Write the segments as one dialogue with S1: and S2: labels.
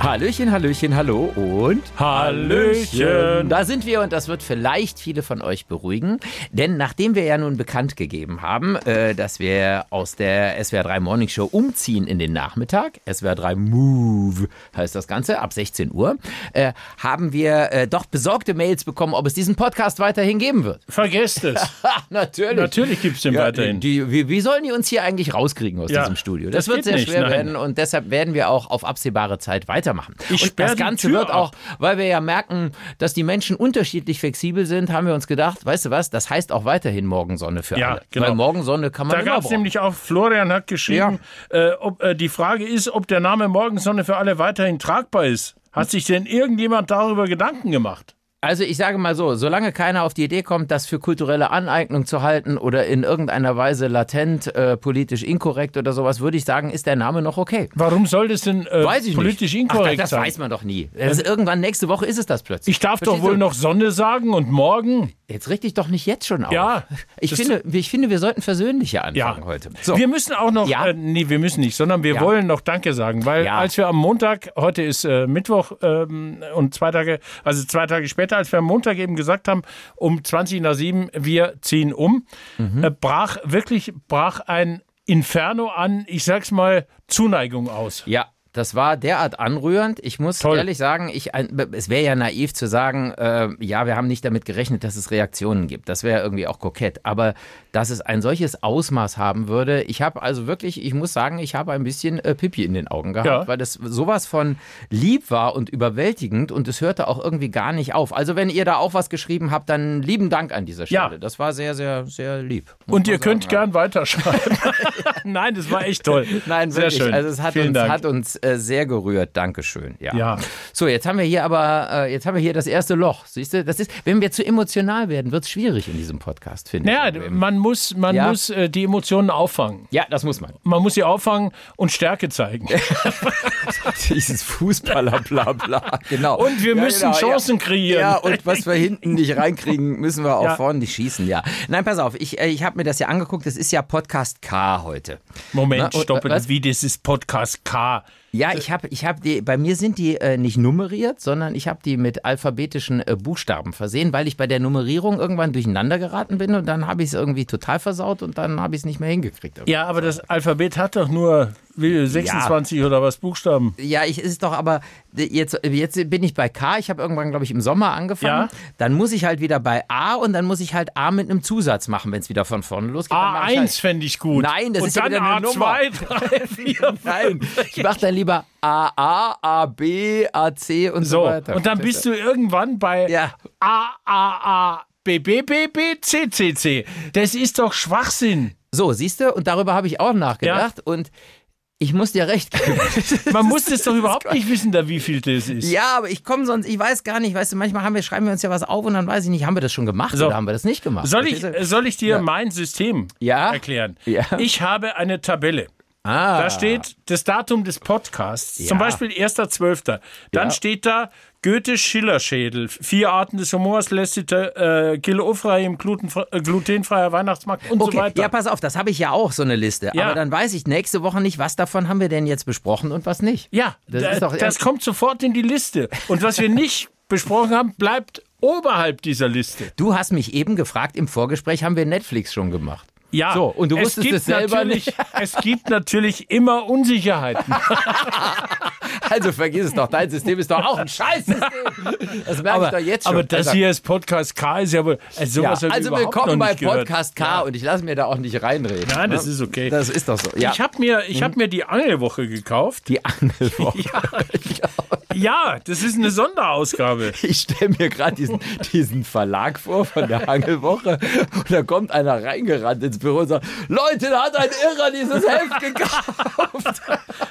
S1: Hallöchen, Hallöchen, hallo und
S2: Hallöchen.
S1: Da sind wir und das wird vielleicht viele von euch beruhigen, denn nachdem wir ja nun bekannt gegeben haben, äh, dass wir aus der SWR 3 Morning Show umziehen in den Nachmittag, SWR 3 Move heißt das Ganze, ab 16 Uhr, äh, haben wir äh, doch besorgte Mails bekommen, ob es diesen Podcast weiterhin geben wird.
S2: Vergesst es.
S1: Ha, natürlich.
S2: Natürlich gibt's den
S1: Ja,
S2: weiterhin.
S1: Die, wie, wie sollen die uns hier eigentlich rauskriegen aus
S2: Ja,
S1: diesem Studio?
S2: das
S1: Das, wird
S2: geht
S1: sehr
S2: nicht,
S1: schwer
S2: nein.
S1: werden und deshalb werden wir auch auf absehbare Zeit weitermachen.
S2: Ich
S1: und
S2: sperr
S1: das
S2: die
S1: Ganze
S2: Tür
S1: wird
S2: ab.
S1: auch, weil wir ja merken, dass die Menschen unterschiedlich flexibel sind, haben wir uns gedacht, weißt du was, das heißt auch weiterhin Morgensonne für
S2: Ja,
S1: alle.
S2: genau.
S1: Weil Morgensonne kann man
S2: Da
S1: immer
S2: gab es
S1: brauchen.
S2: nämlich auch, Florian hat geschrieben, äh, ob, äh, die Frage ist, ob der Name Morgensonne für alle weiterhin tragbar ist. Hat sich denn irgendjemand darüber Gedanken gemacht?
S1: Also ich sage mal so, solange keiner auf die Idee kommt, das für kulturelle Aneignung zu halten oder in irgendeiner Weise latent äh, politisch inkorrekt oder sowas, würde ich sagen, ist der Name noch okay.
S2: Warum soll das denn äh,
S1: Weiß ich
S2: politisch
S1: nicht. Ach,
S2: inkorrekt
S1: das, das
S2: sein?
S1: weiß man doch nie. Das ist irgendwann nächste Woche ist es das plötzlich.
S2: Ich darf doch
S1: Verstehst
S2: wohl
S1: du?
S2: noch Sonne sagen und morgen?
S1: Jetzt richte ich doch nicht jetzt schon auf.
S2: Ja,
S1: Ich
S2: das-
S1: finde, ich finde, wir sollten versöhnlicher anfangen heute. So.
S2: Wir müssen auch noch,
S1: Ja.
S2: äh, nee, wir müssen nicht, sondern wir
S1: Ja.
S2: wollen noch Danke sagen, weil
S1: Ja.
S2: als wir am Montag, heute ist äh, Mittwoch ähm, und zwei Tage, also zwei Tage später, als wir am Montag eben gesagt haben, um 20 nach 7, wir ziehen um,
S1: Mhm.
S2: äh, brach wirklich, brach ein Inferno an, ich sag's mal, Zuneigung aus.
S1: Ja, das war derart anrührend. Ich muss
S2: Toll.
S1: ehrlich sagen, ich, ein- es wäre ja naiv zu sagen, äh, ja, wir haben nicht damit gerechnet, dass es Reaktionen gibt. Das wäre irgendwie auch kokett. Aber dass es ein solches Ausmaß haben würde, ich habe also wirklich, ich muss sagen, ich habe ein bisschen äh, Pipi in den Augen gehabt,
S2: Ja.
S1: weil das sowas von lieb war und überwältigend und es hörte auch irgendwie gar nicht auf. Also wenn ihr da auch was geschrieben habt, dann lieben Dank an dieser
S2: Ja.
S1: Stelle. Das war sehr, sehr, sehr lieb. muss
S2: Und
S1: man
S2: ihr könnt
S1: sagen.
S2: gern weiterschreiben. Nein, das war echt toll.
S1: Nein,
S2: sehr
S1: wirklich.
S2: schön.
S1: Also es hat
S2: Vielen
S1: uns,
S2: Dank.
S1: hat uns äh, sehr gerührt. Dankeschön. Ja.
S2: Ja.
S1: So, jetzt haben wir hier aber, äh, jetzt haben wir hier das erste Loch. Siehst du, das ist, wenn wir zu emotional werden, wird es schwierig in diesem Podcast, finde ich.
S2: naja, man muss, man
S1: Ja.
S2: muss äh, die Emotionen auffangen.
S1: Ja, das muss man.
S2: Man muss sie auffangen und Stärke zeigen.
S1: Dieses Fußballer, bla bla. Genau.
S2: Und wir
S1: Ja, genau,
S2: müssen
S1: ja.
S2: Chancen kreieren.
S1: Ja, und was wir hinten nicht reinkriegen, müssen wir auch
S2: Ja.
S1: vorne nicht schießen, ja. Nein, pass auf, ich, äh, ich habe mir das ja angeguckt, das ist ja Podcast K heute.
S2: Moment,
S1: Na, und-
S2: stoppen,
S1: was?
S2: wie das ist Podcast K.
S1: Ja, ich habe, ich hab die, bei mir sind die äh, nicht nummeriert, sondern ich habe die mit alphabetischen äh, Buchstaben versehen, weil ich bei der Nummerierung irgendwann durcheinander geraten bin und dann habe ich es irgendwie total versaut und dann habe ich es nicht mehr hingekriegt.
S2: Ja, aber das Alphabet hat doch nur wie, 26 oder was Buchstaben.
S1: Ja, ich ist doch aber jetzt, jetzt bin ich bei K. Ich habe irgendwann, glaube ich, im Sommer angefangen.
S2: Ja.
S1: Dann muss ich halt wieder bei A und dann muss ich halt A mit einem Zusatz machen, wenn es wieder von vorne losgeht. Dann mach ich
S2: A1 fände ich gut.
S1: Nein, das
S2: Und
S1: ist ja
S2: dann
S1: wieder eine
S2: A2, 3, 4.
S1: Halt, nein, ich mache dann lieber AA, AB, AC und so,
S2: So,
S1: weiter.
S2: und dann bist du irgendwann bei
S1: Ja.
S2: A, A, A, B, B, B, B, C, C, C. Das ist doch Schwachsinn.
S1: So, siehst du, und darüber habe ich auch nachgedacht und ich muss dir recht geben.
S2: Man muss das doch überhaupt nicht wissen, da wie viel das ist.
S1: ja, aber ich komme sonst, ich weiß gar nicht, weißt du, manchmal haben wir, schreiben wir uns ja was auf und dann weiß ich nicht, haben wir das schon gemacht
S2: So.
S1: oder haben wir das nicht gemacht?
S2: Soll ich, äh,
S1: Verstehst du?
S2: soll ich dir mein System
S1: Ja.
S2: erklären?
S1: Ja.
S2: Ich habe eine Tabelle.
S1: Ah,
S2: Da steht das Datum des Podcasts,
S1: Ja.
S2: zum Beispiel 1.12. Dann
S1: Ja.
S2: steht da Goethe-Schiller-Schädel, vier Arten des Humors, Lassiter, äh, Kilo Ofraim, glutenfre äh, glutenfreier Weihnachtsmarkt und
S1: Okay,
S2: so weiter.
S1: ja, pass auf, das habe ich ja auch, so eine Liste.
S2: Ja.
S1: Aber dann weiß ich nächste Woche nicht, was davon haben wir denn jetzt besprochen und was nicht.
S2: Ja,
S1: Das
S2: da,
S1: ist doch-
S2: das kommt sofort in die Liste. Und was wir nicht besprochen haben, bleibt oberhalb dieser Liste.
S1: Du hast mich eben gefragt, im Vorgespräch haben wir Netflix schon gemacht.
S2: Ja,
S1: So, und du
S2: es
S1: wusstest
S2: gibt
S1: es selber
S2: natürlich,
S1: nicht.
S2: Es gibt natürlich immer Unsicherheiten.
S1: Also vergiss es doch, dein System ist doch auch ein Scheißsystem. Das merke ich doch jetzt schon.
S2: aber das
S1: Also-
S2: hier ist Podcast K, ist ja wohl. Also,
S1: Ja,
S2: sowas hab ich
S1: also
S2: überhaupt
S1: willkommen
S2: noch
S1: bei
S2: nicht gehört.
S1: Podcast K und ich lasse mir da auch nicht reinreden.
S2: Nein, das
S1: Ne?
S2: ist okay.
S1: Das ist doch so. Ja. Hm?
S2: Ich habe mir, ich hab mir die Angelwoche gekauft.
S1: die Angelwoche.
S2: Ja, das ist eine Sonderausgabe.
S1: Ich stelle mir gerade diesen, diesen Verlag vor von der Angelwoche und da kommt einer reingerannt ins Büro und sagt, Leute, da hat ein Irrer dieses Heft gekauft.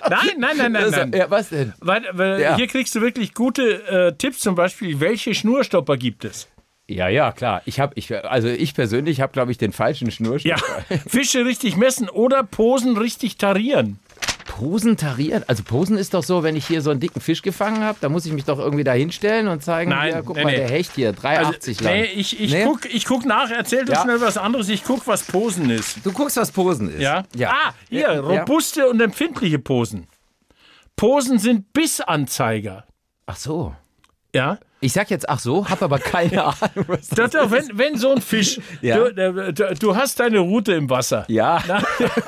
S2: Nein, nein, nein, nein.
S1: Das-
S2: nein.
S1: Ja, was denn?
S2: Weil, weil
S1: Ja.
S2: Hier kriegst du wirklich gute äh, Tipps, zum Beispiel, welche Schnurstopper gibt es?
S1: Ja, ja, klar. Ich hab, ich, also ich persönlich habe, glaube ich, den falschen Schnurschnitt.
S2: Ja, Fische richtig messen oder Posen richtig tarieren.
S1: Posen tariert? Also Posen ist doch so, wenn ich hier so einen dicken Fisch gefangen habe, da muss ich mich doch irgendwie da hinstellen und zeigen,
S2: Nein,
S1: hier, guck
S2: nee,
S1: mal,
S2: nee. Also,
S1: der Hecht hier, 3,80 lang.
S2: nee, ich, ich
S1: Also- Nee?
S2: guck, ich guck nach, erzähl doch
S1: Ja.
S2: schnell was anderes. Ich guck, was Posen ist.
S1: Du guckst, was Posen ist.
S2: Ja?
S1: ja.
S2: Ah, hier, robuste und empfindliche Posen. Posen sind Bissanzeiger.
S1: Ach so.
S2: Ja?
S1: Ich sag jetzt, ach so, hab aber keine Ahnung, was das
S2: Das, doch, wenn, wenn so ein Fisch,
S1: Ja.
S2: du, äh, du, du hast deine Route im Wasser.
S1: Ja.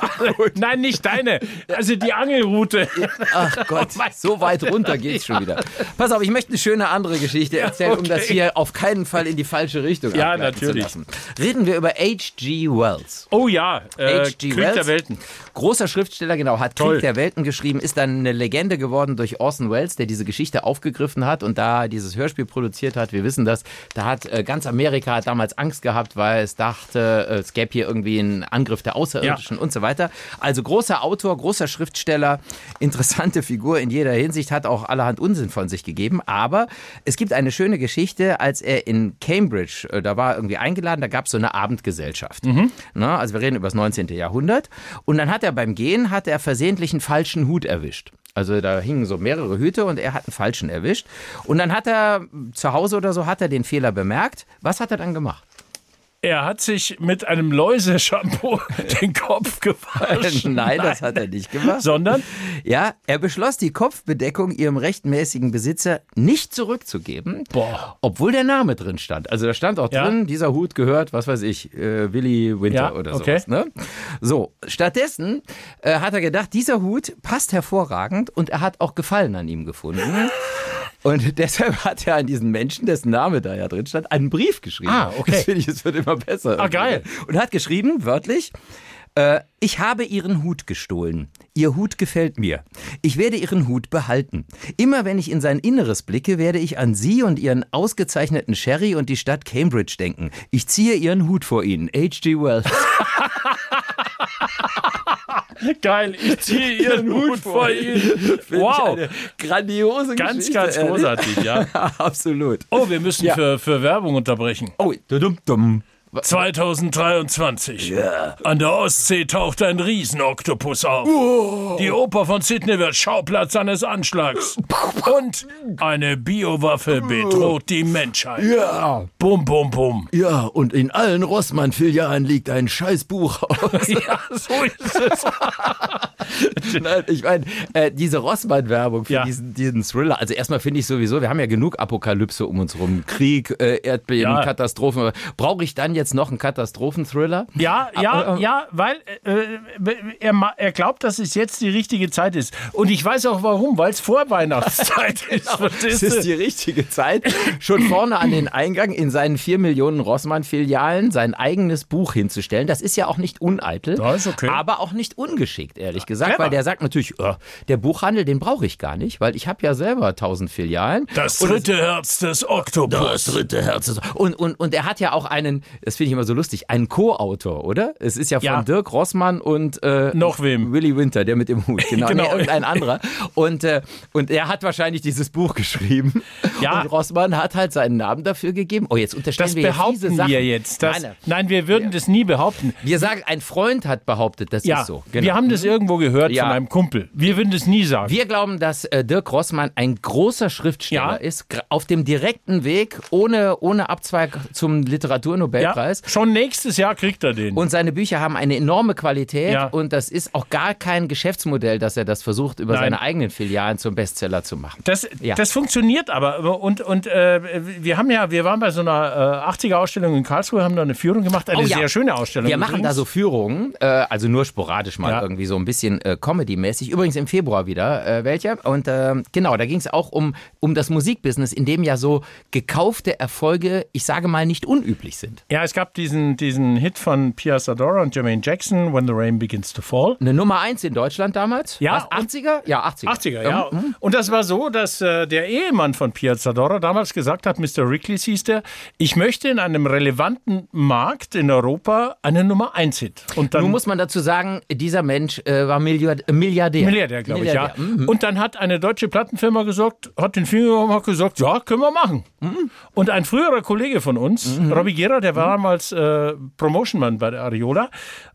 S2: Nein, nicht deine. Also die Angelroute.
S1: Ach Gott, so weit runter geht's schon wieder. Pass auf, ich möchte eine schöne andere Geschichte erzählen, um
S2: okay.
S1: das hier auf keinen Fall in die falsche Richtung
S2: Ja,
S1: abgleiten
S2: natürlich.
S1: zu lassen. Reden wir über H.G. Wells.
S2: Oh ja, äh,
S1: H.G.
S2: Krieg
S1: Wells.
S2: der Welten.
S1: Großer Schriftsteller, genau, hat
S2: Toll.
S1: Krieg der Welten geschrieben, ist dann eine Legende geworden durch Orson Welles, der diese Geschichte aufgegriffen hat und da dieses Hörspiel produziert hat. Wir wissen das. Da hat äh, ganz Amerika hat damals Angst gehabt, weil es dachte, äh, es gäbe hier irgendwie einen Angriff der Außerirdischen und so weiter. Also großer Autor, großer Schriftsteller, interessante Figur in jeder Hinsicht, hat auch allerhand Unsinn von sich gegeben. Aber es gibt eine schöne Geschichte, als er in Cambridge, äh, da war er irgendwie eingeladen, da gab es so eine Abendgesellschaft. Na, also wir reden über das 19. Jahrhundert. Und dann hat er beim Gehen, hat er versehentlich einen falschen Hut erwischt. Also da hingen so mehrere Hüte und er hat einen falschen erwischt. Und dann hat er mh, zu Hause oder so, hat er den Fehler bemerkt. Was hat er dann gemacht?
S2: Er hat sich mit einem Läuse-Shampoo den Kopf gewaschen.
S1: Nein, das hat er nicht gemacht.
S2: Sondern
S1: Ja, er beschloss, die Kopfbedeckung ihrem rechtmäßigen Besitzer nicht zurückzugeben,
S2: Boah.
S1: obwohl der Name drin stand. Also da stand auch
S2: Ja.
S1: drin, dieser Hut gehört, was weiß ich, äh, Willy Winter
S2: Ja,
S1: oder
S2: okay.
S1: sowas. Ne? So, stattdessen äh, hat er gedacht, dieser Hut passt hervorragend und er hat auch Gefallen an ihm gefunden. Und deshalb hat er an diesen Menschen, dessen Name da ja drin stand, einen Brief geschrieben.
S2: Ah, okay.
S1: Das finde ich, es wird immer besser.
S2: Ah, geil.
S1: Und hat geschrieben, wörtlich, äh, ich habe Ihren Hut gestohlen. Ihr Hut gefällt mir. Ich werde Ihren Hut behalten. Immer wenn ich in sein Inneres blicke, werde ich an Sie und Ihren ausgezeichneten Sherry und die Stadt Cambridge denken. Ich ziehe Ihren Hut vor Ihnen. H.G. Wells.
S2: geil, ich ziehe ihren Hut vor Ihnen. Wow,
S1: grandiose
S2: ganz, ganz großartig, ja.
S1: Absolut.
S2: Oh, wir müssen
S1: Ja.
S2: für, für Werbung unterbrechen.
S1: Oh, dumm, dumm.
S2: 2023. An der Ostsee taucht ein Riesenoktopus auf. Die Oper von Sydney wird Schauplatz eines Anschlags. Und eine Biowaffe bedroht die Menschheit.
S1: Ja,
S2: Bum, bum, bum.
S1: ja, und in allen Rossmann-Filialen liegt ein Scheißbuch aus.
S2: Ja, so ist es.
S1: Nein, ich meine, äh, diese Rossmann-Werbung für
S2: Ja.
S1: diesen, diesen Thriller. Also erstmal finde ich sowieso, wir haben ja genug Apokalypse um uns rum. Krieg, äh, Erdbeben,
S2: Ja.
S1: Katastrophen. Brauche ich dann jetzt noch einen Katastrophenthriller?
S2: Ja, ja, ja, weil äh, er, ma- er glaubt, dass es jetzt die richtige Zeit ist. Und ich weiß auch warum, weil es Vorweihnachtszeit Genau, ist.
S1: Es
S2: verstehst du?
S1: ist die richtige Zeit. Schon vorne an den Eingang in seinen vier Millionen Rossmann-Filialen sein eigenes Buch hinzustellen. Das ist ja auch nicht uneitel,
S2: Ja, ist okay.
S1: aber auch nicht ungeschickt, ehrlich gesagt,
S2: clever.
S1: weil der sagt natürlich, äh, der Buchhandel, den brauche ich gar nicht, weil ich habe ja selber tausend Filialen.
S2: Das
S1: Und es-
S2: dritte Herz des Oktopus.
S1: Das dritte Herz ist. Und, und, und er hat ja auch einen, das finde ich immer so lustig, einen Co-Autor, oder? Es ist ja von
S2: Ja.
S1: Dirk Rossmann und äh,
S2: Noch wem?
S1: Willy Winter, der mit dem Hut, genau.
S2: Genau.
S1: Nee, und ein anderer. Und, äh, und er hat wahrscheinlich dieses Buch geschrieben.
S2: Ja.
S1: Und Rossmann hat halt seinen Namen dafür gegeben. Oh, jetzt unterstellen
S2: Das
S1: wir jetzt diese
S2: behaupten
S1: Sachen.
S2: wir jetzt. Das,
S1: nein,
S2: nein, wir würden das nie behaupten.
S1: wir sagen, ein Freund hat behauptet, das
S2: Ja,
S1: ist so. genau. Mhm.
S2: wir haben das irgendwo gehört
S1: Ja.
S2: von einem Kumpel. Wir würden das nie sagen.
S1: Wir glauben, dass äh, Dirk Rossmann ein großer Schriftsteller
S2: Ja.
S1: ist, gr- auf dem direkten Weg, ohne, ohne Abzweig zum Literaturnobelpreis.
S2: ja, schon nächstes Jahr kriegt er den.
S1: Und seine Bücher haben eine enorme Qualität
S2: Ja.
S1: und das ist auch gar kein Geschäftsmodell, dass er das versucht, über
S2: Nein.
S1: seine eigenen Filialen zum Bestseller zu machen.
S2: das,
S1: Ja.
S2: das funktioniert aber. Und, und äh, wir haben ja, wir waren bei so einer äh, 80er-Ausstellung in Karlsruhe, haben da eine Führung gemacht, eine
S1: Oh ja.
S2: sehr schöne Ausstellung.
S1: Wir machen da
S2: übrigens.
S1: so Führungen, äh, also nur sporadisch mal
S2: Ja.
S1: irgendwie so ein bisschen äh, Comedy-mäßig. Übrigens im Februar wieder äh, welche. Und ähm, genau, da ging es auch um, um das Musikbusiness, in dem ja so gekaufte Erfolge, ich sage mal, nicht unüblich sind.
S2: Ja, es gab diesen, diesen Hit von Pia Sadora und Jermaine Jackson, When the Rain Begins to Fall.
S1: Eine Nummer eins in Deutschland damals?
S2: Ja,
S1: Was,
S2: und-
S1: 80er? Ja, 80er.
S2: 80er, ja.
S1: Ähm,
S2: Und das war so, dass äh, der Ehemann von Pia Zadora damals gesagt hat, Mr. Rickless hieß der, ich möchte in einem relevanten Markt in Europa eine Nummer 1 Hit. Und dann
S1: Nun muss man dazu sagen, dieser Mensch äh, war Milliard, äh, Milliardär.
S2: Milliardär, glaube ich, ja.
S1: Milliardär, mhm.
S2: Und dann hat eine deutsche Plattenfirma gesagt, hat
S1: Mhm.
S2: den Finger gehoben, hat gesagt, ja, können wir machen. Und ein früherer Kollege von uns, Robbie Gera, der war damals äh, Promotionmann bei der Ariola.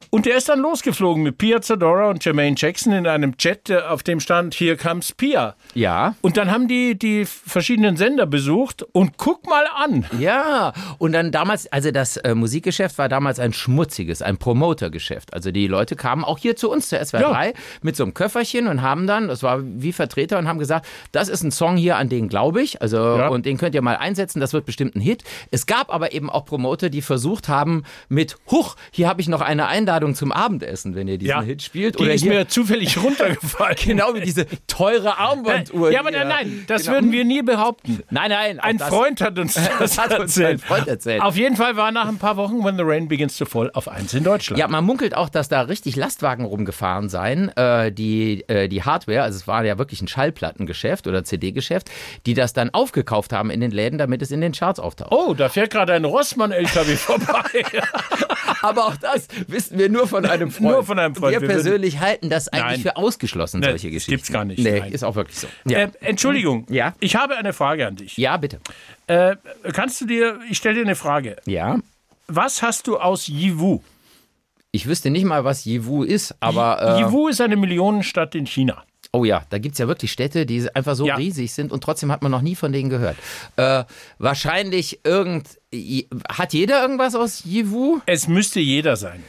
S2: Und der ist dann losgeflogen mit Pia Zadora und Jermaine Jackson in einem Chat, äh, auf dem stand, hier comes Pia.
S1: Ja.
S2: Und dann haben die die verschiedenen Sender besucht und guck mal an.
S1: Ja, und dann damals, also das äh, Musikgeschäft war damals ein schmutziges, ein Promotergeschäft. Also die Leute kamen auch hier zu uns, zur SWR3, mit so einem Köfferchen und haben dann, das war wie Vertreter, und haben gesagt, das ist ein Song hier, an den glaube ich, also und den könnt ihr mal einsetzen, das wird bestimmt ein Hit. Es gab aber eben auch Promoter, die versucht haben mit, huch, hier habe ich noch eine Einladung zum Abendessen, wenn ihr diesen Hit spielt.
S2: die
S1: Oder
S2: ist
S1: hier,
S2: mir zufällig runtergefallen.
S1: genau wie diese teure Armbanduhr.
S2: Ja, aber
S1: die
S2: nein,
S1: ihr-
S2: nein, das
S1: Genau.
S2: würden wir nie behaupten.
S1: Nein, nein. auch
S2: Ein
S1: das-
S2: Freund hat uns das,
S1: hat uns ein
S2: erzählt.
S1: Freund erzählt.
S2: Auf jeden Fall war nach ein paar Wochen When the Rain Begins to Fall auf 1 in Deutschland.
S1: Ja, man munkelt auch, dass da richtig Lastwagen rumgefahren seien, äh, die äh, die Hardware, also es war ja wirklich ein Schallplattengeschäft oder CD-Geschäft, die das dann aufgekauft haben in den Läden, damit es in den Charts auftaucht.
S2: Oh, da fährt gerade ein Rossmann-LKW vorbei.
S1: Aber auch das wissen wir nur von einem Freund.
S2: Nur von einem Freund.
S1: Wir
S2: Wir würden-
S1: persönlich halten das eigentlich
S2: Nein.
S1: für ausgeschlossen,
S2: Nein,
S1: solche
S2: das
S1: Geschichten.
S2: gibt's gar nicht.
S1: Nee,
S2: Nein.
S1: ist auch wirklich so. Ja,
S2: äh, Entschuldigung,
S1: Ja.
S2: ich habe eine Frage an dich.
S1: ja bitte.
S2: Äh, kannst du dir, ich stelle dir eine Frage.
S1: Ja.
S2: Was hast du aus Yiwu?
S1: Ich wüsste nicht mal, was Yiwu ist, aber. Äh,
S2: Yiwu ist eine Millionenstadt in China.
S1: oh ja, da gibt es ja wirklich Städte, die einfach so
S2: Ja.
S1: riesig sind und trotzdem hat man noch nie von denen gehört. Äh, wahrscheinlich irgend. i- Hat jeder irgendwas aus Yiwu?
S2: Es müsste jeder sein.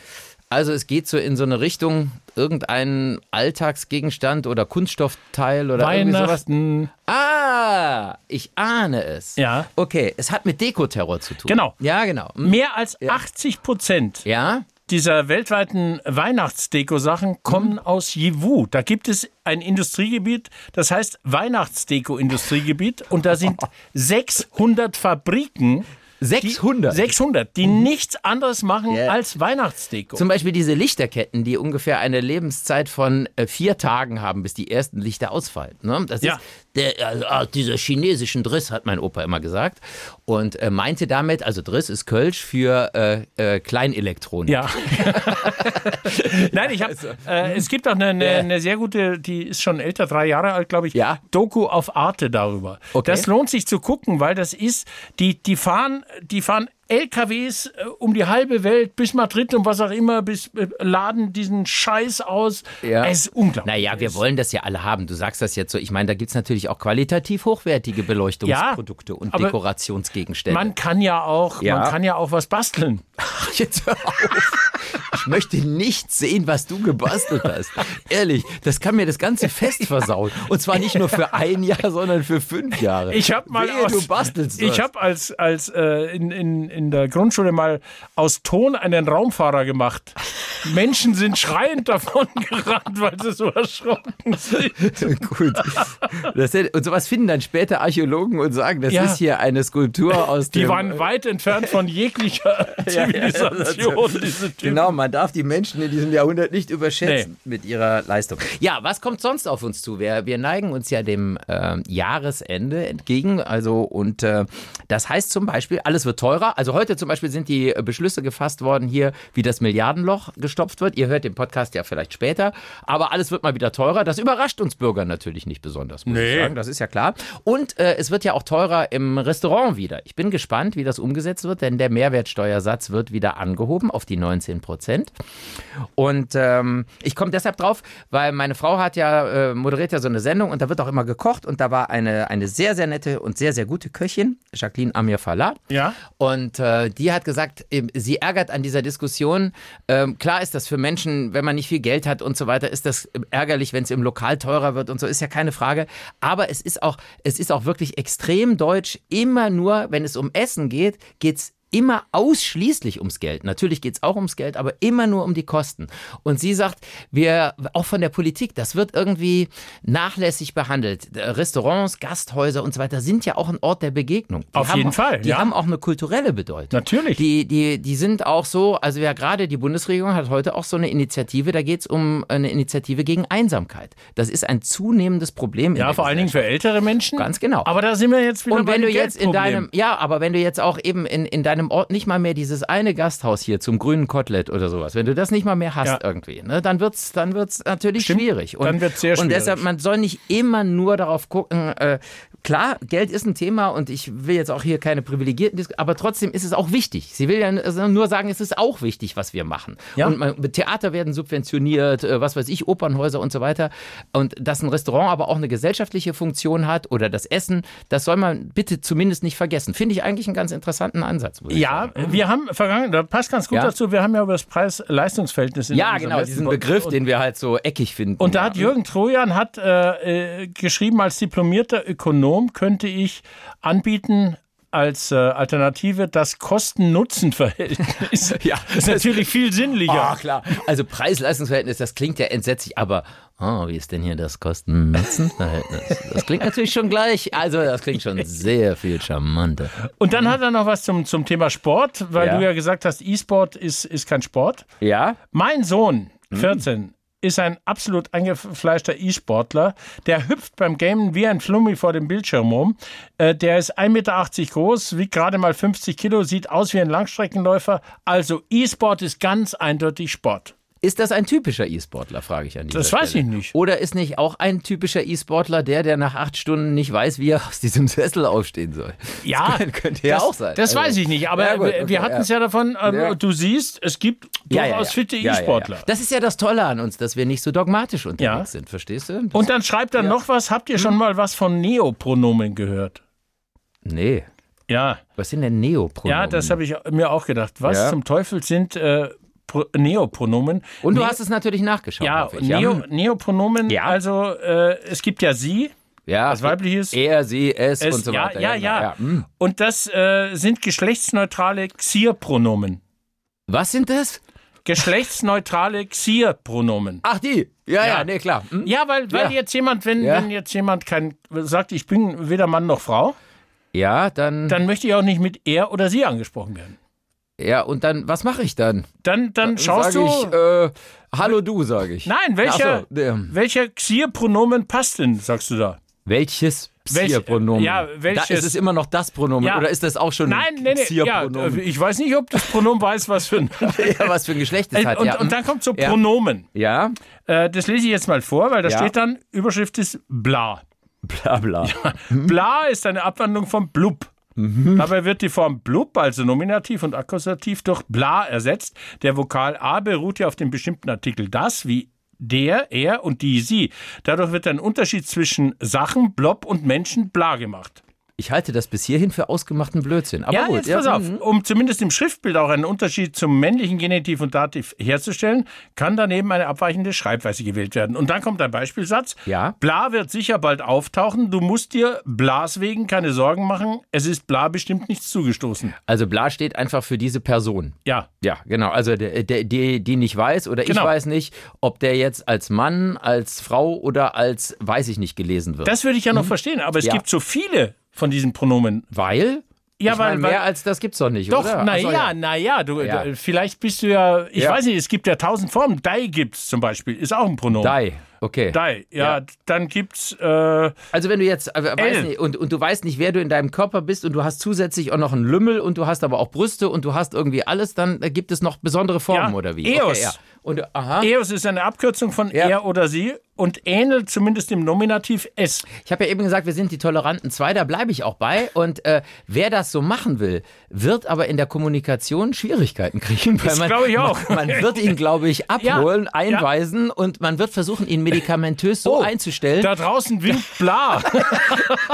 S1: Also, es geht so in so eine Richtung, irgendein Alltagsgegenstand oder Kunststoffteil oder irgendwie sowas. hm.
S2: Weihnachten.
S1: Ah, ich ahne es.
S2: Ja.
S1: Okay, es hat mit Dekoterror zu tun.
S2: Genau.
S1: Ja, genau. Hm.
S2: Mehr als 80 Prozent
S1: Ja?
S2: dieser weltweiten
S1: Mhm.
S2: Weihnachtsdeko-Sachen kommen aus Yiwu. Da gibt es ein Industriegebiet, das heißt Weihnachtsdeko-Industriegebiet. Und da sind 600 Fabriken. Die,
S1: 600.
S2: 600, die nichts anderes machen
S1: Mhm. Ja.
S2: als Weihnachtsdeko.
S1: Zum Beispiel diese Lichterketten, die ungefähr eine Lebenszeit von äh, vier Tagen haben, bis die ersten Lichter ausfallen. Ne? Das
S2: Ja.
S1: ist der, also aus dieser chinesischen Driss, hat mein Opa immer gesagt. Und äh, meinte damit, also Driss ist Kölsch für äh, äh, Kleinelektronik.
S2: Ja. Nein, ich habe.
S1: Also, hm?
S2: Äh, es gibt auch eine, eine, eine sehr gute, die ist schon älter, drei Jahre alt, glaube ich.
S1: Ja.
S2: Doku auf Arte darüber.
S1: Okay.
S2: Das lohnt sich zu gucken, weil das ist, die, die fahren, die fahren. LKWs äh, um die halbe Welt bis Madrid und was auch immer, bis äh, laden diesen Scheiß aus.
S1: Ja.
S2: Es ist unglaublich.
S1: Naja, wir wollen das ja alle haben. Du sagst das jetzt so. Ich meine, da gibt es natürlich auch qualitativ hochwertige Beleuchtungsprodukte und
S2: aber
S1: Dekorationsgegenstände.
S2: man kann ja auch,
S1: Ja.
S2: man kann ja auch was basteln.
S1: Jetzt hör auf. Ich möchte nicht sehen, was du gebastelt hast. Ehrlich, das kann mir das ganze Fest versauen. Und zwar nicht nur für ein Jahr, sondern für fünf Jahre.
S2: Ich habe mal
S1: Wehe,
S2: aus,
S1: du bastelst
S2: Ich
S1: das.
S2: habe als als äh, in, in, in der Grundschule mal aus Ton einen Raumfahrer gemacht. Menschen sind schreiend davon gerannt, weil sie so erschrocken sind.
S1: Gut. Das, hätte- und sowas finden dann später Archäologen und sagen, das
S2: Ja.
S1: ist hier eine Skulptur aus
S2: Die
S1: dem...
S2: waren weit entfernt von jeglicher Zivilisation, diese Typen.
S1: Genau, man darf die Menschen in diesem Jahrhundert nicht überschätzen mit ihrer Leistung. Ja, was kommt sonst auf uns zu? Wir, wir neigen uns ja dem äh, Jahresende entgegen. Also, und äh, das heißt zum Beispiel, alles wird teurer. Also heute zum Beispiel sind die äh, Beschlüsse gefasst worden hier, wie das Milliardenloch gestopft wird. Ihr hört den Podcast ja vielleicht später, aber alles wird mal wieder teurer. Das überrascht uns Bürger natürlich nicht besonders, muss ich
S2: Nee.
S1: sagen. Das ist ja klar. Und äh, es wird ja auch teurer im Restaurant wieder. Ich bin gespannt, wie das umgesetzt wird, denn der Mehrwertsteuersatz wird wieder angehoben auf die 19 Prozent. Und ähm, ich komme deshalb drauf, weil meine Frau hat ja, äh, moderiert ja so eine Sendung und da wird auch immer gekocht und da war eine, eine sehr, sehr nette und sehr, sehr gute Köchin, Jacqueline Amir Fallah.
S2: Ja.
S1: Und äh, die hat gesagt, ähm, sie ärgert an dieser Diskussion. Ähm, klar ist das für Menschen, wenn man nicht viel Geld hat und so weiter, ist das ärgerlich, wenn es im Lokal teurer wird und so, ist ja keine Frage. Aber es ist auch, es ist auch wirklich extrem deutsch. Immer nur, wenn es um Essen geht, geht's immer ausschließlich ums Geld. Natürlich geht's auch ums Geld, aber immer nur um die Kosten. Und sie sagt, wir, auch von der Politik, das wird irgendwie nachlässig behandelt. Restaurants, Gasthäuser und so weiter sind ja auch ein Ort der Begegnung. Die
S2: Auf
S1: haben,
S2: jeden Fall,
S1: Die
S2: ja.
S1: haben auch eine kulturelle Bedeutung.
S2: Natürlich.
S1: Die, die, die sind auch so, also ja gerade die Bundesregierung hat heute auch so eine Initiative, da geht's um eine Initiative gegen Einsamkeit. Das ist ein zunehmendes Problem. in
S2: Ja,
S1: der
S2: vor allen Dingen für ältere Menschen.
S1: Ganz genau.
S2: Aber da sind wir jetzt wieder
S1: und
S2: bei
S1: wenn du
S2: dem
S1: jetzt in
S2: Geldproblem.
S1: deinem, ja, aber wenn du jetzt auch eben in, in deinem Ort nicht mal mehr dieses eine Gasthaus hier zum grünen Kotelett oder sowas, wenn du das nicht mal mehr hast
S2: Ja.
S1: irgendwie, ne, dann wird's, dann wird's natürlich schwierig. Und,
S2: Dann wird's sehr
S1: Und
S2: schwierig.
S1: deshalb, man soll nicht immer nur darauf gucken, äh, klar, Geld ist ein Thema und ich will jetzt auch hier keine privilegierten Diskussionen, aber trotzdem ist es auch wichtig. Sie will ja also nur sagen, es ist auch wichtig, was wir machen.
S2: Ja.
S1: Und man, Äh, Theater werden subventioniert, äh, was weiß ich, Opernhäuser und so weiter. Und dass ein Restaurant aber auch eine gesellschaftliche Funktion hat oder das Essen, das soll man bitte zumindest nicht vergessen. Finde ich eigentlich einen ganz interessanten Ansatz. muss ich
S2: Ja,
S1: sagen.
S2: wir haben vergangen, da passt ganz gut
S1: Ja.
S2: dazu, wir haben ja über das Preis-Leistungsverhältnis in
S1: Ja,
S2: unserem
S1: genau,
S2: letzten
S1: diesen
S2: Podcast-
S1: Begriff,
S2: und-
S1: den wir halt so eckig finden.
S2: Und da
S1: ja.
S2: hat Jürgen Trojan hat äh, äh, geschrieben, als diplomierter Ökonom könnte ich anbieten als äh, Alternative das Kosten-Nutzen-Verhältnis.
S1: Ja.
S2: ist natürlich viel sinnlicher.
S1: Ah, klar. Also Preis-Leistungsverhältnis, das klingt ja entsetzlich, aber oh, wie ist denn hier das Kosten-Nutzen-Verhältnis? Das klingt natürlich schon gleich, also das klingt schon sehr viel charmanter.
S2: Und dann hat er noch was zum, zum Thema Sport, weil
S1: Ja.
S2: du ja gesagt hast, E-Sport ist, ist kein Sport.
S1: Ja?
S2: Mein Sohn,
S1: Hm.
S2: 14, ist ein absolut eingefleischter E-Sportler. Der hüpft beim Gamen wie ein Flummi vor dem Bildschirm rum. Äh, der ist 1,80 Meter groß, wiegt gerade mal 50 Kilo, sieht aus wie ein Langstreckenläufer. Also E-Sport ist ganz eindeutig Sport.
S1: Ist das ein typischer E-Sportler, frage ich an dieser
S2: Das weiß
S1: Stelle.
S2: ich nicht.
S1: Oder ist nicht auch ein typischer E-Sportler der, der nach acht Stunden nicht weiß, wie er aus diesem Sessel aufstehen soll?
S2: Ja,
S1: das könnte ja
S2: das,
S1: auch sein.
S2: Das
S1: Also-
S2: weiß ich nicht, aber
S1: Ja, gut,
S2: wir-
S1: okay,
S2: wir hatten es ja, davon, ähm,
S1: Ja.
S2: du siehst, es gibt durchaus fitte E-Sportler.
S1: Das ist ja das Tolle an uns, dass wir nicht so dogmatisch unterwegs
S2: Ja.
S1: sind, verstehst du? Das,
S2: Und dann schreibt er noch was, habt ihr schon
S1: Hm?
S2: mal was von Neopronomen gehört?
S1: nee.
S2: Ja,
S1: Was sind denn Neopronomen?
S2: Ja, das habe ich mir auch gedacht. Was
S1: Ja.
S2: zum Teufel sind äh, Pro Neopronomen?
S1: Und du
S2: Ne-
S1: hast es natürlich nachgeschaut.
S2: ja,
S1: hoffe ich.
S2: Neo Neopronomen,
S1: Ja.
S2: also äh, es gibt ja sie,
S1: Ja,
S2: das weibliche ist
S1: Er, sie, es,
S2: es,
S1: und so
S2: ja,
S1: weiter.
S2: ja, ja,
S1: genau, Hm.
S2: Und das äh, sind geschlechtsneutrale Xierpronomen.
S1: Was sind das?
S2: Geschlechtsneutrale Xierpronomen.
S1: Ach, die. Ja, ja,
S2: Ja.
S1: nee, klar. Hm?
S2: Ja, weil, weil
S1: Ja.
S2: jetzt jemand, wenn,
S1: Ja.
S2: wenn jetzt jemand kein, sagt, ich bin weder Mann noch Frau,
S1: Ja, dann,
S2: dann möchte ich auch nicht mit er oder sie angesprochen werden.
S1: Ja, und dann, was mache ich dann?
S2: Dann, dann schaust
S1: sag
S2: du.
S1: Ich, äh, Hallo, du, sage ich.
S2: nein, welcher,
S1: Ach so, ähm,
S2: welcher Xierpronomen passt denn, sagst du da?
S1: welches
S2: Welch-
S1: Psierpronomen?
S2: ja, welches-
S1: Da ist es immer noch das Pronomen
S2: Ja.
S1: oder ist das auch schon
S2: Nein, nee, nee. Ja, äh,
S1: Psierpronomen?
S2: ich weiß nicht, ob das Pronomen weiß, was für ein.
S1: Ja, was für ein Geschlecht es hat.
S2: äh, und,
S1: ja. hm,
S2: und dann kommt so
S1: Ja.
S2: Pronomen.
S1: ja,
S2: Äh, das lese ich jetzt mal vor, weil da
S1: Ja.
S2: steht dann, Überschrift ist bla.
S1: bla bla. Mhm.
S2: Bla ist eine Abwandlung von blub. Dabei wird die Form blub, also Nominativ und Akkusativ, durch bla ersetzt. Der Vokal a beruht ja auf dem bestimmten Artikel das, wie der, er und die, sie. Dadurch wird ein Unterschied zwischen Sachen, blob und Menschen bla gemacht.
S1: Ich halte das bis hierhin für ausgemachten Blödsinn. Aber
S2: ja,
S1: gut, Mhm.
S2: jetzt pass auf. Um zumindest im Schriftbild auch einen Unterschied zum männlichen Genitiv und Dativ herzustellen, kann daneben eine abweichende Schreibweise gewählt werden. Und dann kommt ein Beispielsatz.
S1: Ja.
S2: Bla wird sicher bald auftauchen. Du musst dir Blas wegen keine Sorgen machen. Es ist Bla bestimmt nichts zugestoßen.
S1: Also bla steht einfach für diese Person.
S2: Ja.
S1: Ja, genau. Also der, der, der die nicht weiß oder
S2: Genau.
S1: ich weiß nicht, ob der jetzt als Mann, als Frau oder als weiß ich nicht gelesen wird.
S2: Das würde ich ja noch verstehen. Aber es
S1: Mhm. Ja.
S2: gibt so viele von diesen Pronomen.
S1: weil?
S2: Ja,
S1: ich
S2: weil-
S1: meine,
S2: weil-
S1: mehr als das gibt's doch nicht,
S2: Doch,
S1: oder? Ach so,
S2: naja, naja, du,
S1: Ja.
S2: du- vielleicht bist du ja, ich
S1: Ja.
S2: weiß nicht, es gibt ja tausend Formen. Dei gibt's zum Beispiel, ist auch ein Pronomen.
S1: Dai, okay.
S2: Dei, ja,
S1: Ja.
S2: dann gibt's, äh,
S1: Also wenn du jetzt äh,
S2: L.
S1: weiß nicht, und, und du weißt nicht, wer du in deinem Körper bist und du hast zusätzlich auch noch einen Lümmel und du hast aber auch Brüste und du hast irgendwie alles, dann äh, gibt es noch besondere Formen
S2: Ja,
S1: oder wie?
S2: Eos. E-
S1: Okay, ja. Und äh, aha.
S2: EOS ist eine Abkürzung von
S1: Ja.
S2: er oder sie und ähnelt zumindest im Nominativ es.
S1: Ich habe ja eben gesagt, wir sind die toleranten zwei, da bleibe ich auch bei. Und äh, wer das so machen will, wird aber in der Kommunikation Schwierigkeiten kriegen. Weil
S2: Das glaube ich auch.
S1: Man, man wird ihn, glaube ich, abholen,
S2: Ja,
S1: einweisen und man wird versuchen, ihn medikamentös so
S2: Oh,
S1: einzustellen,
S2: Da draußen winkt bla.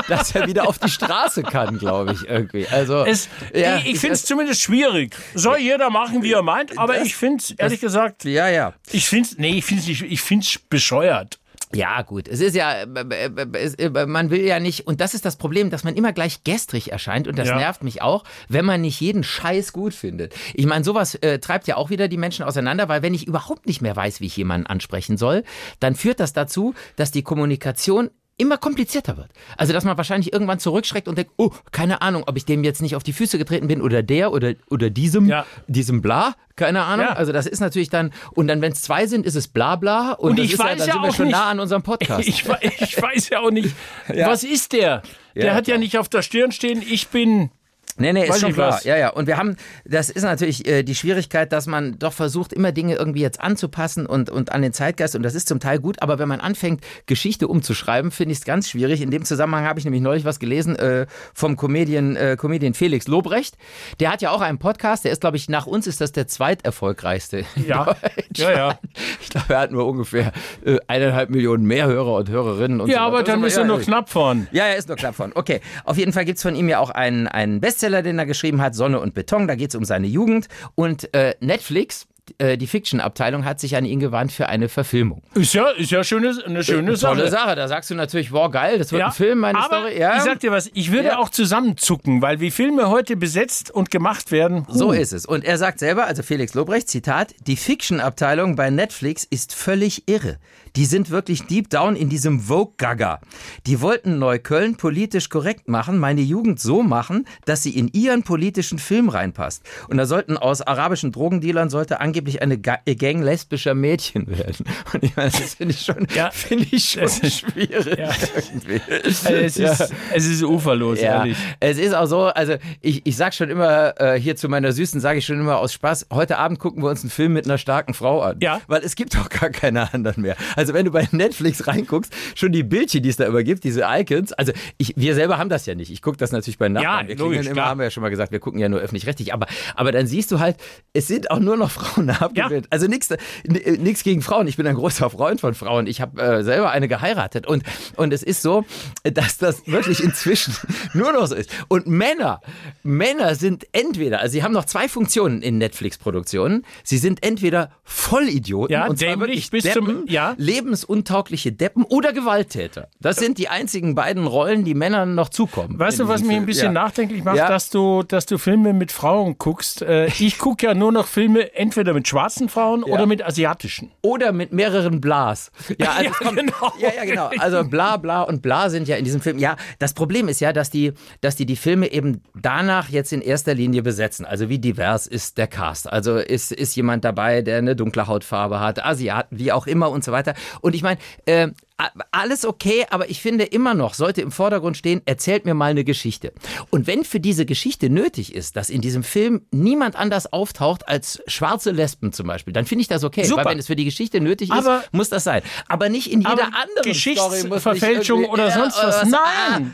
S1: dass er wieder auf die Straße kann, glaube ich, irgendwie. Also
S2: Es,
S1: ja,
S2: ich ich finde es zumindest schwierig. Soll jeder machen, wie er meint, aber ich finde es, ehrlich gesagt,
S1: ja, ja.
S2: ich finde es, nee, ich finde es nicht, ich finde es bescheuert.
S1: Ja, gut. Es ist ja, äh, äh, äh, es- äh, man will ja nicht, und das ist das Problem, dass man immer gleich gestrig erscheint und das
S2: Ja.
S1: nervt mich auch, wenn man nicht jeden Scheiß gut findet. Ich meine, sowas äh, treibt ja auch wieder die Menschen auseinander, weil wenn ich überhaupt nicht mehr weiß, wie ich jemanden ansprechen soll, dann führt das dazu, dass die Kommunikation immer komplizierter wird. Also, dass man wahrscheinlich irgendwann zurückschreckt und denkt, oh, keine Ahnung, ob ich dem jetzt nicht auf die Füße getreten bin oder der oder, oder diesem,
S2: Ja.
S1: diesem bla, keine Ahnung.
S2: Ja.
S1: Also, das ist natürlich dann, und dann, wenn es zwei sind, ist es bla bla und,
S2: Und
S1: das
S2: ich
S1: ist
S2: weiß
S1: ja, dann
S2: ja
S1: sind wir
S2: auch
S1: schon
S2: nicht-
S1: nah an unserem Podcast.
S2: Ich, wei- ich weiß ja auch nicht, was ist der? Der
S1: Ja,
S2: hat ja
S1: klar.
S2: nicht auf der Stirn stehen, ich bin ist.
S1: Nee, nee, ist
S2: Weiß
S1: schon
S2: ich
S1: klar.
S2: was.
S1: Ja, ja. Und wir haben, das ist natürlich äh, die Schwierigkeit, dass man doch versucht, immer Dinge irgendwie jetzt anzupassen und, und an den Zeitgeist. Und das ist zum Teil gut, aber wenn man anfängt, Geschichte umzuschreiben, finde ich es ganz schwierig. In dem Zusammenhang habe ich nämlich neulich was gelesen äh, vom Comedian, äh, Comedian Felix Lobrecht. Der hat ja auch einen Podcast, der ist, glaube ich, nach uns ist das der zweiterfolgreichste. in
S2: Ja.
S1: Deutschland.
S2: Ja, ja.
S1: Ich glaube, er hat nur ungefähr äh, eineinhalb Millionen mehr Hörer und Hörerinnen. Und
S2: Ja,
S1: so
S2: aber
S1: weiter.
S2: dann
S1: Das
S2: ist er
S1: mal-
S2: nur knapp vorn.
S1: ja, er ist nur knapp von. Okay. Auf jeden Fall gibt's von ihm ja auch einen, einen Bestseller, den er geschrieben hat, Sonne und Beton. Da geht's um seine Jugend. Und äh, Netflix, äh, die Fiction-Abteilung, hat sich an ihn gewandt für eine Verfilmung.
S2: Ist ja, ist ja schöne, eine schöne
S1: Tolle
S2: Sache.
S1: Sache. Da sagst du natürlich, wow, geil, das wird
S2: Ja,
S1: ein Film, meine
S2: aber
S1: Story. Ja.
S2: ich sag dir was, ich würde
S1: Ja.
S2: auch zusammenzucken, weil wie Filme heute besetzt und gemacht werden,
S1: so ist es. Und er sagt selber, also Felix Lobrecht, Zitat, die Fiction-Abteilung bei Netflix ist völlig irre. Die sind wirklich deep down in diesem Vogue-Gaga. Die wollten Neukölln politisch korrekt machen, meine Jugend so machen, dass sie in ihren politischen Film reinpasst. Und da sollten aus arabischen Drogendealern sollte angeblich eine Ga äh, Gang lesbischer Mädchen werden. Und ich meine, das finde ich schon,
S2: Ja.
S1: finde ich schon schwierig. Irgendwie.
S2: Also es, ist, es ist uferlos,
S1: Ja,
S2: ehrlich.
S1: es ist auch so, also ich, ich sag schon immer, äh, hier zu meiner Süßen sage ich schon immer aus Spaß, heute Abend gucken wir uns einen Film mit einer starken Frau an.
S2: Ja.
S1: Weil es gibt auch gar keine anderen mehr. Also wenn du bei Netflix reinguckst, schon die Bildchen, die es da immer gibt, diese Icons, also ich, wir selber haben das ja nicht. Ich gucke das natürlich bei Nachbarn.
S2: Ja,
S1: wir
S2: logisch,
S1: klingeln immer,
S2: klar.
S1: haben wir ja schon mal gesagt, wir gucken ja nur öffentlich-rechtlich. Aber, aber dann siehst du halt, es sind auch nur noch Frauen abgebildet. Also nichts nichts gegen Frauen. Ich bin ein großer Freund von Frauen. Ich habe äh, selber eine geheiratet und und es ist so, dass das wirklich inzwischen nur noch so ist. Und Männer, Männer sind entweder, also sie haben noch zwei Funktionen in Netflix-Produktionen. Sie sind entweder Vollidioten
S2: Ja,
S1: und zwar wirklich
S2: dämlich bis zum-
S1: Deppen,
S2: ja.
S1: lebensuntaugliche Deppen oder Gewalttäter. Das sind die einzigen beiden Rollen, die Männern noch zukommen.
S2: Weißt
S1: in
S2: du, was
S1: diesem
S2: mich
S1: Film.
S2: ein bisschen
S1: ja.
S2: nachdenklich macht,
S1: Ja.
S2: dass, du, dass du Filme mit Frauen guckst? Äh, Ich gucke ja nur noch Filme entweder mit schwarzen Frauen oder mit asiatischen.
S1: Oder mit mehreren Blas. Ja, also
S2: Ja,
S1: es kommt,
S2: genau.
S1: ja, ja, genau. Also bla bla und bla sind ja in diesem Film. Ja, das Problem ist ja, dass die, dass die die Filme eben danach jetzt in erster Linie besetzen. Also wie divers ist der Cast? Also ist, ist jemand dabei, der eine dunkle Hautfarbe hat, Asiaten, wie auch immer und so weiter. Und ich meine, äh, a- alles okay, aber ich finde immer noch, sollte im Vordergrund stehen, erzählt mir mal eine Geschichte. Und wenn für diese Geschichte nötig ist, dass in diesem Film niemand anders auftaucht als schwarze Lesben zum Beispiel, dann finde ich das okay.
S2: Super.
S1: Weil wenn es für die Geschichte nötig ist,
S2: Aber-
S1: muss das sein. Aber nicht in jeder
S2: Aber
S1: anderen Story muss
S2: Geschichtsverfälschung
S1: nicht irgendwie-
S2: oder
S1: Ja,
S2: sonst was. Nein,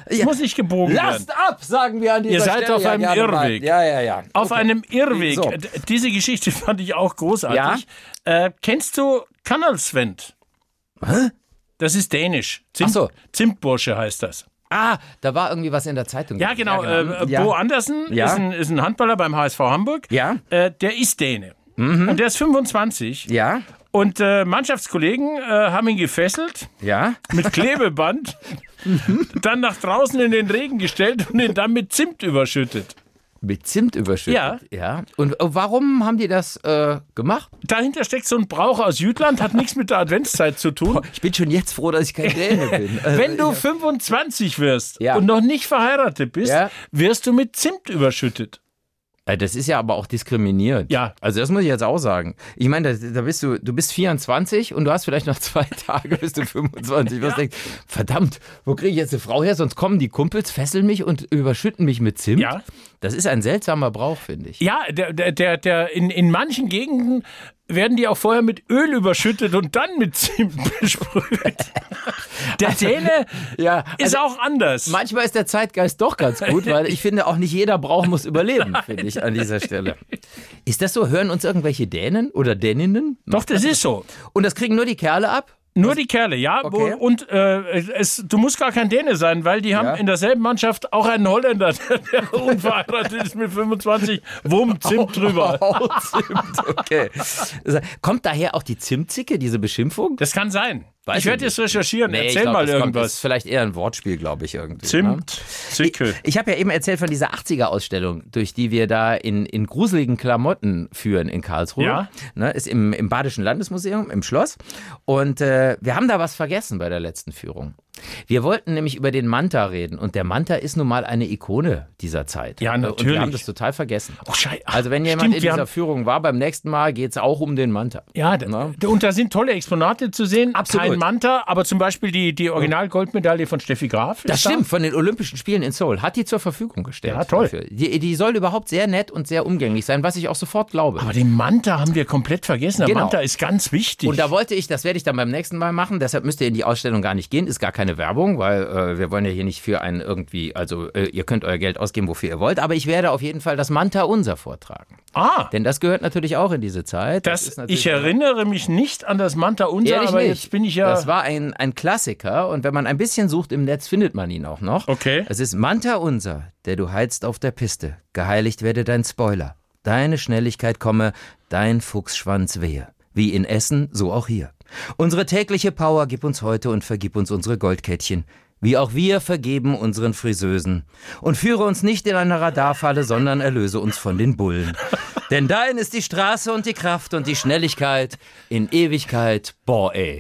S1: Ah,
S2: es muss nicht gebogen werden.
S1: Lasst ab, sagen wir an dieser
S2: Ihr seid
S1: Stelle
S2: auf
S1: ja
S2: einem
S1: gerne mal.
S2: Irrweg.
S1: Ja, ja, ja.
S2: Auf
S1: Okay.
S2: einem Irrweg.
S1: So.
S2: D- Diese Geschichte fand ich auch großartig. Äh, kennst du Kanalsvent? Das ist dänisch. Zimt,
S1: Ach so.
S2: Zimtbursche heißt das.
S1: Ah, da war irgendwie was in der Zeitung.
S2: Ja, genau. Äh,
S1: Ja.
S2: Bo Andersen
S1: Ja.
S2: ist, ein, ist ein Handballer beim HSV Hamburg.
S1: Ja. Mhm.
S2: Äh, der ist Däne. Und der ist 25.
S1: ja,
S2: Und äh, Mannschaftskollegen äh, haben ihn gefesselt
S1: ja.
S2: mit Klebeband, dann nach draußen in den Regen gestellt und ihn dann mit Zimt überschüttet.
S1: Mit Zimt überschüttet. Ja. ja. Und äh, warum haben die das äh, gemacht?
S2: Dahinter steckt so ein Brauch aus Jütland, hat nichts mit der Adventszeit zu tun.
S1: Ich bin schon jetzt froh, dass ich kein Däne bin. Also,
S2: Wenn du 25 wirst
S1: Ja.
S2: und noch nicht verheiratet bist,
S1: Ja.
S2: wirst du mit Zimt überschüttet.
S1: Äh, Das ist ja aber auch diskriminierend.
S2: Ja.
S1: Also das muss ich jetzt auch sagen. Ich meine, da, da bist du, du bist 24 und du hast vielleicht noch zwei Tage, bis du 25 wirst. Denkst, verdammt, wo kriege ich jetzt eine Frau her? Sonst kommen die Kumpels, fesseln mich und überschütten mich mit Zimt.
S2: Ja.
S1: Das ist ein seltsamer Brauch, finde ich.
S2: Ja, der, der, der, der in, in manchen Gegenden werden die auch vorher mit Öl überschüttet und dann mit Zimt besprüht. Der Däne
S1: Ja. also
S2: ist auch anders.
S1: Manchmal ist der Zeitgeist doch ganz gut, weil ich finde, auch nicht jeder Brauch muss überleben, finde ich an dieser Stelle. Ist das so? Hören uns irgendwelche Dänen oder Däninnen?
S2: Doch, das ist so.
S1: Und das kriegen nur die Kerle ab?
S2: Nur die Kerle, ja.
S1: Okay.
S2: Wo- Und äh, es, du musst gar kein Däne sein, weil die haben
S1: Ja.
S2: in derselben Mannschaft auch einen Holländer, der unverheiratet ist mit 25. Wumm, Zimt drüber.
S1: Oh, Zimt, okay. Kommt daher auch die Zimtzicke, diese Beschimpfung?
S2: Das kann sein.
S1: Weiß
S2: ich
S1: ich
S2: werde
S1: nicht.
S2: jetzt recherchieren.
S1: ich
S2: Erzähl
S1: glaub,
S2: mal
S1: das kommt- ist
S2: irgendwas.
S1: vielleicht eher ein Wortspiel, glaube ich, irgendwie. Ne?
S2: Zimt,
S1: Ich,
S2: Zickel.
S1: ich habe ja eben erzählt von dieser 80er-Ausstellung, durch die wir da in, in gruseligen Klamotten führen in Karlsruhe.
S2: Ja.
S1: Ne, ist im, im Badischen Landesmuseum, im Schloss. Und äh, wir haben da was vergessen bei der letzten Führung. Wir wollten nämlich über den Manta reden und der Manta ist nun mal eine Ikone dieser Zeit.
S2: Ja,
S1: Und wir
S2: natürlich.
S1: haben das total vergessen.
S2: Oh, Schei- ach,
S1: Also wenn jemand
S2: stimmt,
S1: in
S2: wir
S1: dieser
S2: haben-
S1: Führung war, beim nächsten Mal geht es auch um den Manta.
S2: Ja, d-
S1: Na?
S2: d- und da sind tolle Exponate zu sehen.
S1: Absolut.
S2: Kein Manta, aber zum Beispiel die, die Original-Goldmedaille von Steffi Graf.
S1: Das
S2: ist da.
S1: stimmt, von den Olympischen Spielen in Seoul. Hat die zur Verfügung gestellt.
S2: Ja, toll.
S1: Dafür. Die, die soll überhaupt sehr nett und sehr umgänglich sein, was ich auch sofort glaube.
S2: Aber den Manta haben wir komplett vergessen. Der
S1: Genau.
S2: Manta ist ganz wichtig.
S1: Und da wollte ich, das werde ich dann beim nächsten Mal machen, deshalb müsst ihr in die Ausstellung gar nicht gehen, ist gar keine Werbung, weil äh, wir wollen ja hier nicht für einen irgendwie, also äh, ihr könnt euer Geld ausgeben, wofür ihr wollt, aber ich werde auf jeden Fall das Manta unser vortragen.
S2: ah,
S1: Denn das gehört natürlich auch in diese Zeit.
S2: das,
S1: natürlich
S2: ich erinnere mich nicht an das Manta unser,
S1: Ehrlich
S2: aber
S1: nicht.
S2: jetzt bin ich ja.
S1: Das war ein, ein Klassiker und wenn man ein bisschen sucht im Netz, findet man ihn auch noch.
S2: Okay.
S1: Es ist Manta unser, der du heizt auf der Piste. Geheiligt werde dein Spoiler. Deine Schnelligkeit komme, dein Fuchsschwanz wehe. Wie in Essen, so auch hier. Unsere tägliche Power gib uns heute und vergib uns unsere Goldkettchen. Wie auch wir vergeben unseren Friseusen. Und führe uns nicht in eine Radarfalle, sondern erlöse uns von den Bullen. Denn dein ist die Straße und die Kraft und die Schnelligkeit in Ewigkeit. Boah, ey.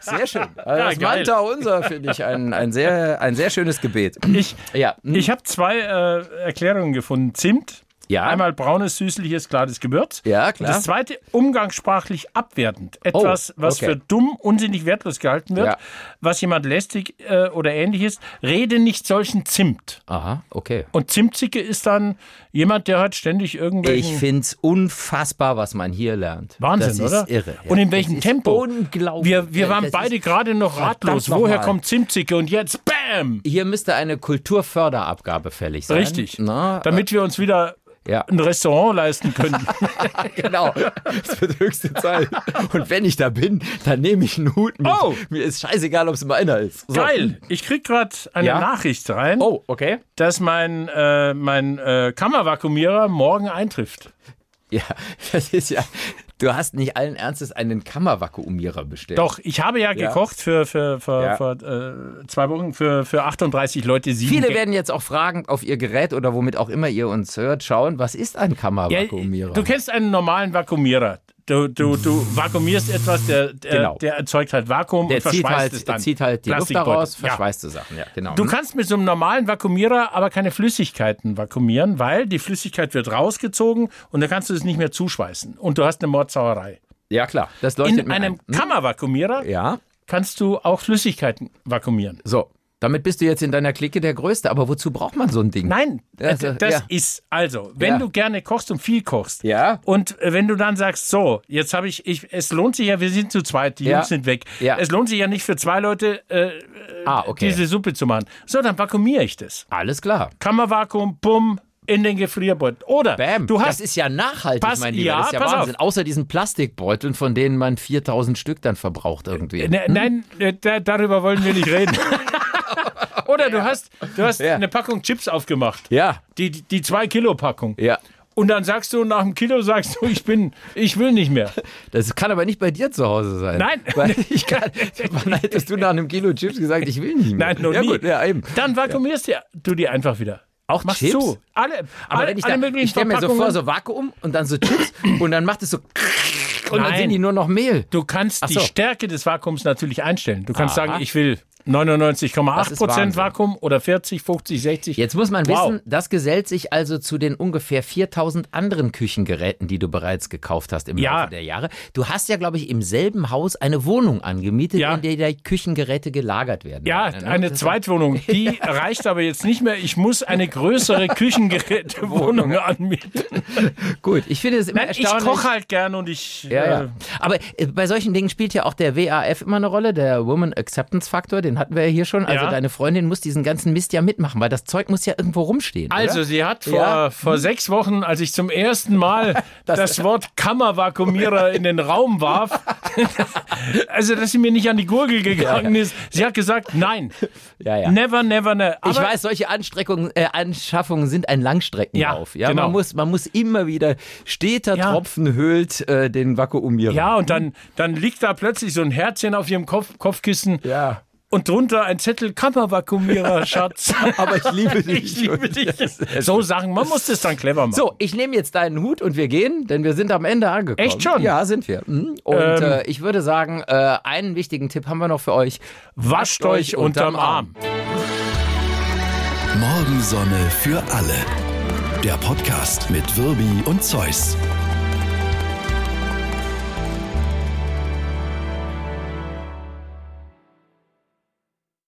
S1: Sehr schön. Also das
S2: geil.
S1: Manta unser finde ich ein, ein, sehr, ein sehr schönes Gebet.
S2: ich
S1: Ja, hm,
S2: ich habe zwei äh, Erklärungen gefunden. Zimt.
S1: Ja.
S2: Einmal braunes, süßliches, klares Gewürz.
S1: Ja, klar. Oh,
S2: Und das zweite, umgangssprachlich abwertend. Etwas, was
S1: okay.
S2: für dumm, unsinnig, wertlos gehalten wird,
S1: Ja.
S2: was jemand lästig äh, oder ähnliches. Rede nicht solchen Zimt.
S1: Aha, okay.
S2: Und Zimtzicke ist dann jemand, der halt ständig
S1: Ich
S2: irgendwelchen...
S1: finde es unfassbar, was man hier lernt.
S2: Wahnsinn,
S1: das
S2: oder?
S1: Ist irre. Ja.
S2: Und in welchem
S1: Das ist
S2: Tempo?
S1: Unglaublich.
S2: Wir, wir waren
S1: Das
S2: beide
S1: Ist,
S2: gerade noch ratlos.
S1: noch
S2: Woher
S1: mal.
S2: kommt Zimtzicke? Und jetzt BÄM!
S1: hier müsste eine Kulturförderabgabe fällig sein.
S2: Richtig.
S1: Na, äh,
S2: Damit wir uns wieder
S1: ja.
S2: ein Restaurant leisten können.
S1: genau. Es wird höchste Zeit. Und wenn ich da bin, dann nehme ich einen Hut mit.
S2: Oh!
S1: Mir ist scheißegal, ob es meiner ist. So.
S2: Geil! Ich krieg gerade eine
S1: Ja?
S2: Nachricht rein,
S1: Oh, okay.
S2: dass mein, äh, mein äh, Kammervakuumierer morgen eintrifft.
S1: Ja, das ist ja. Du hast nicht allen Ernstes einen Kammervakuumierer bestellt.
S2: Doch, ich habe ja, gekocht für, für, für,
S1: Ja.
S2: für äh, zwei Wochen für, für 38 Leute sieben.
S1: Viele
S2: Gä-
S1: werden jetzt auch fragend auf ihr Gerät oder womit auch immer ihr uns hört, schauen, was ist ein
S2: Ja, äh,
S1: Kammervakuumierer?
S2: Du kennst einen normalen Vakuumierer. Du, du, du vakuumierst etwas, der, der,
S1: Genau.
S2: der erzeugt halt Vakuum
S1: der
S2: und
S1: zieht
S2: verschweißt es
S1: halt,
S2: dann.
S1: zieht halt die Luft
S2: Plastikbeutel.
S1: daraus,
S2: Ja.
S1: verschweißte Sachen. Ja, genau.
S2: Du kannst mit so einem normalen Vakuumierer aber keine Flüssigkeiten vakuumieren, weil die Flüssigkeit wird rausgezogen und dann kannst du es nicht mehr zuschweißen. Und du hast eine Mordsauerei.
S1: ja, klar. Das leuchtet
S2: In
S1: mir
S2: einem
S1: ein.
S2: Kammervakuumierer
S1: Hm? Ja,
S2: kannst du auch Flüssigkeiten vakuumieren.
S1: so. Damit bist du jetzt in deiner Clique der Größte. Aber wozu braucht man so ein Ding?
S2: Nein,
S1: Also,
S2: äh, das
S1: ja.
S2: ist also, wenn
S1: Ja.
S2: du gerne kochst und viel kochst
S1: Ja.
S2: und äh, wenn du dann sagst, so, jetzt habe ich, ich, es lohnt sich ja, wir sind zu zweit, die
S1: Ja.
S2: Jungs sind weg,
S1: Ja.
S2: es lohnt sich ja nicht für zwei Leute äh,
S1: Ah, okay.
S2: diese Suppe zu machen. So, dann vakuumiere ich das.
S1: Alles klar.
S2: Kammervakuum, bumm, in den Gefrierbeutel. Oder
S1: Bam.
S2: du hast
S1: das ist ja nachhaltig,
S2: Pass-
S1: mein Lieber.
S2: Ja,
S1: das ist ja
S2: pass auf.
S1: Wahnsinn. Außer diesen Plastikbeuteln, von denen man 4000 Stück dann verbraucht irgendwie.
S2: Ne- Nein, äh, da, darüber wollen wir nicht reden. Oder du hast, du hast
S1: Ja.
S2: eine Packung Chips aufgemacht.
S1: Ja.
S2: Die, die- die 2-Kilo-Packung.
S1: Ja.
S2: Und dann sagst du nach einem Kilo, sagst du, ich bin, ich will nicht mehr.
S1: Das kann aber nicht bei dir zu Hause sein.
S2: Nein.
S1: Weil ich kann, wann hättest du nach einem Kilo Chips gesagt, ich will nicht mehr?
S2: Nein, noch
S1: ja,
S2: nie.
S1: Gut, ja, eben.
S2: Dann vakuumierst ja. du die einfach wieder.
S1: Auch
S2: Machst
S1: Chips?
S2: zu. Alle,
S1: Aber
S2: alle,
S1: wenn ich
S2: alle
S1: da,
S2: möglichen
S1: ich stelle mir so vor,
S2: Verpackungen.
S1: so Vakuum und dann so Chips und dann macht es so und dann
S2: Nein.
S1: sind die nur noch Mehl.
S2: Du kannst
S1: so.
S2: die Stärke des Vakuums natürlich einstellen. Du kannst
S1: Aha.
S2: sagen, ich will 99,8%
S1: ist
S2: Prozent
S1: Wahnsinn.
S2: Vakuum oder 40, 50, 60.
S1: Jetzt muss man
S2: Wow.
S1: wissen, das gesellt sich also zu den ungefähr 4000 anderen Küchengeräten, die du bereits gekauft hast im
S2: Ja.
S1: Laufe der Jahre. Du hast ja, glaube ich, im selben Haus eine Wohnung angemietet,
S2: Ja.
S1: in der die Küchengeräte gelagert werden.
S2: Ja,
S1: ne?
S2: eine Zweitwohnung. Die reicht aber jetzt nicht mehr. Ich muss eine größere Küchengerätewohnung anmieten.
S1: Gut, ich finde es immer
S2: Nein, ich
S1: erstaunlich.
S2: koche halt gern und ich.
S1: Ja,
S2: äh,
S1: ja. Aber äh, bei solchen Dingen spielt ja auch der WAF immer eine Rolle, der Woman Acceptance Factor, den hatten wir ja hier schon. Also
S2: Ja.
S1: deine Freundin muss diesen ganzen Mist ja mitmachen, weil das Zeug muss ja irgendwo rumstehen.
S2: Also,
S1: oder?
S2: sie hat vor,
S1: Ja. Hm?
S2: vor sechs Wochen, als ich zum ersten Mal das, Wort Kammervakuumierer in den Raum warf, also, dass sie mir nicht an die Gurgel gegangen ist. Sie hat gesagt, nein,
S1: ja, ja.
S2: never, never, never. ne, Aber
S1: ich weiß, solche Anstreckungen, äh, Anschaffungen sind ein Langstreckenlauf. Ja,
S2: Ja, genau.
S1: man, muss, man muss immer wieder, steter
S2: Ja.
S1: Tropfen höhlt äh, den Vakuumierer.
S2: Ja, und dann, dann liegt da plötzlich so ein Herzchen auf ihrem Kopf, Kopfkissen.
S1: ja.
S2: und drunter ein Zettel Kammervakuumierer, Schatz.
S1: Aber ich liebe dich.
S2: Ich liebe dich. So Sachen, man muss das dann clever machen.
S1: So, ich nehme jetzt deinen Hut und wir gehen, denn wir sind am Ende angekommen.
S2: Echt schon?
S1: Ja, sind wir. Mhm. Und
S2: Ähm.
S1: äh, ich würde sagen, äh, einen wichtigen Tipp haben wir noch für euch.
S2: Wascht euch unterm Arm.
S3: Morgensonne für alle. Der Podcast mit Wirbi und Zeus.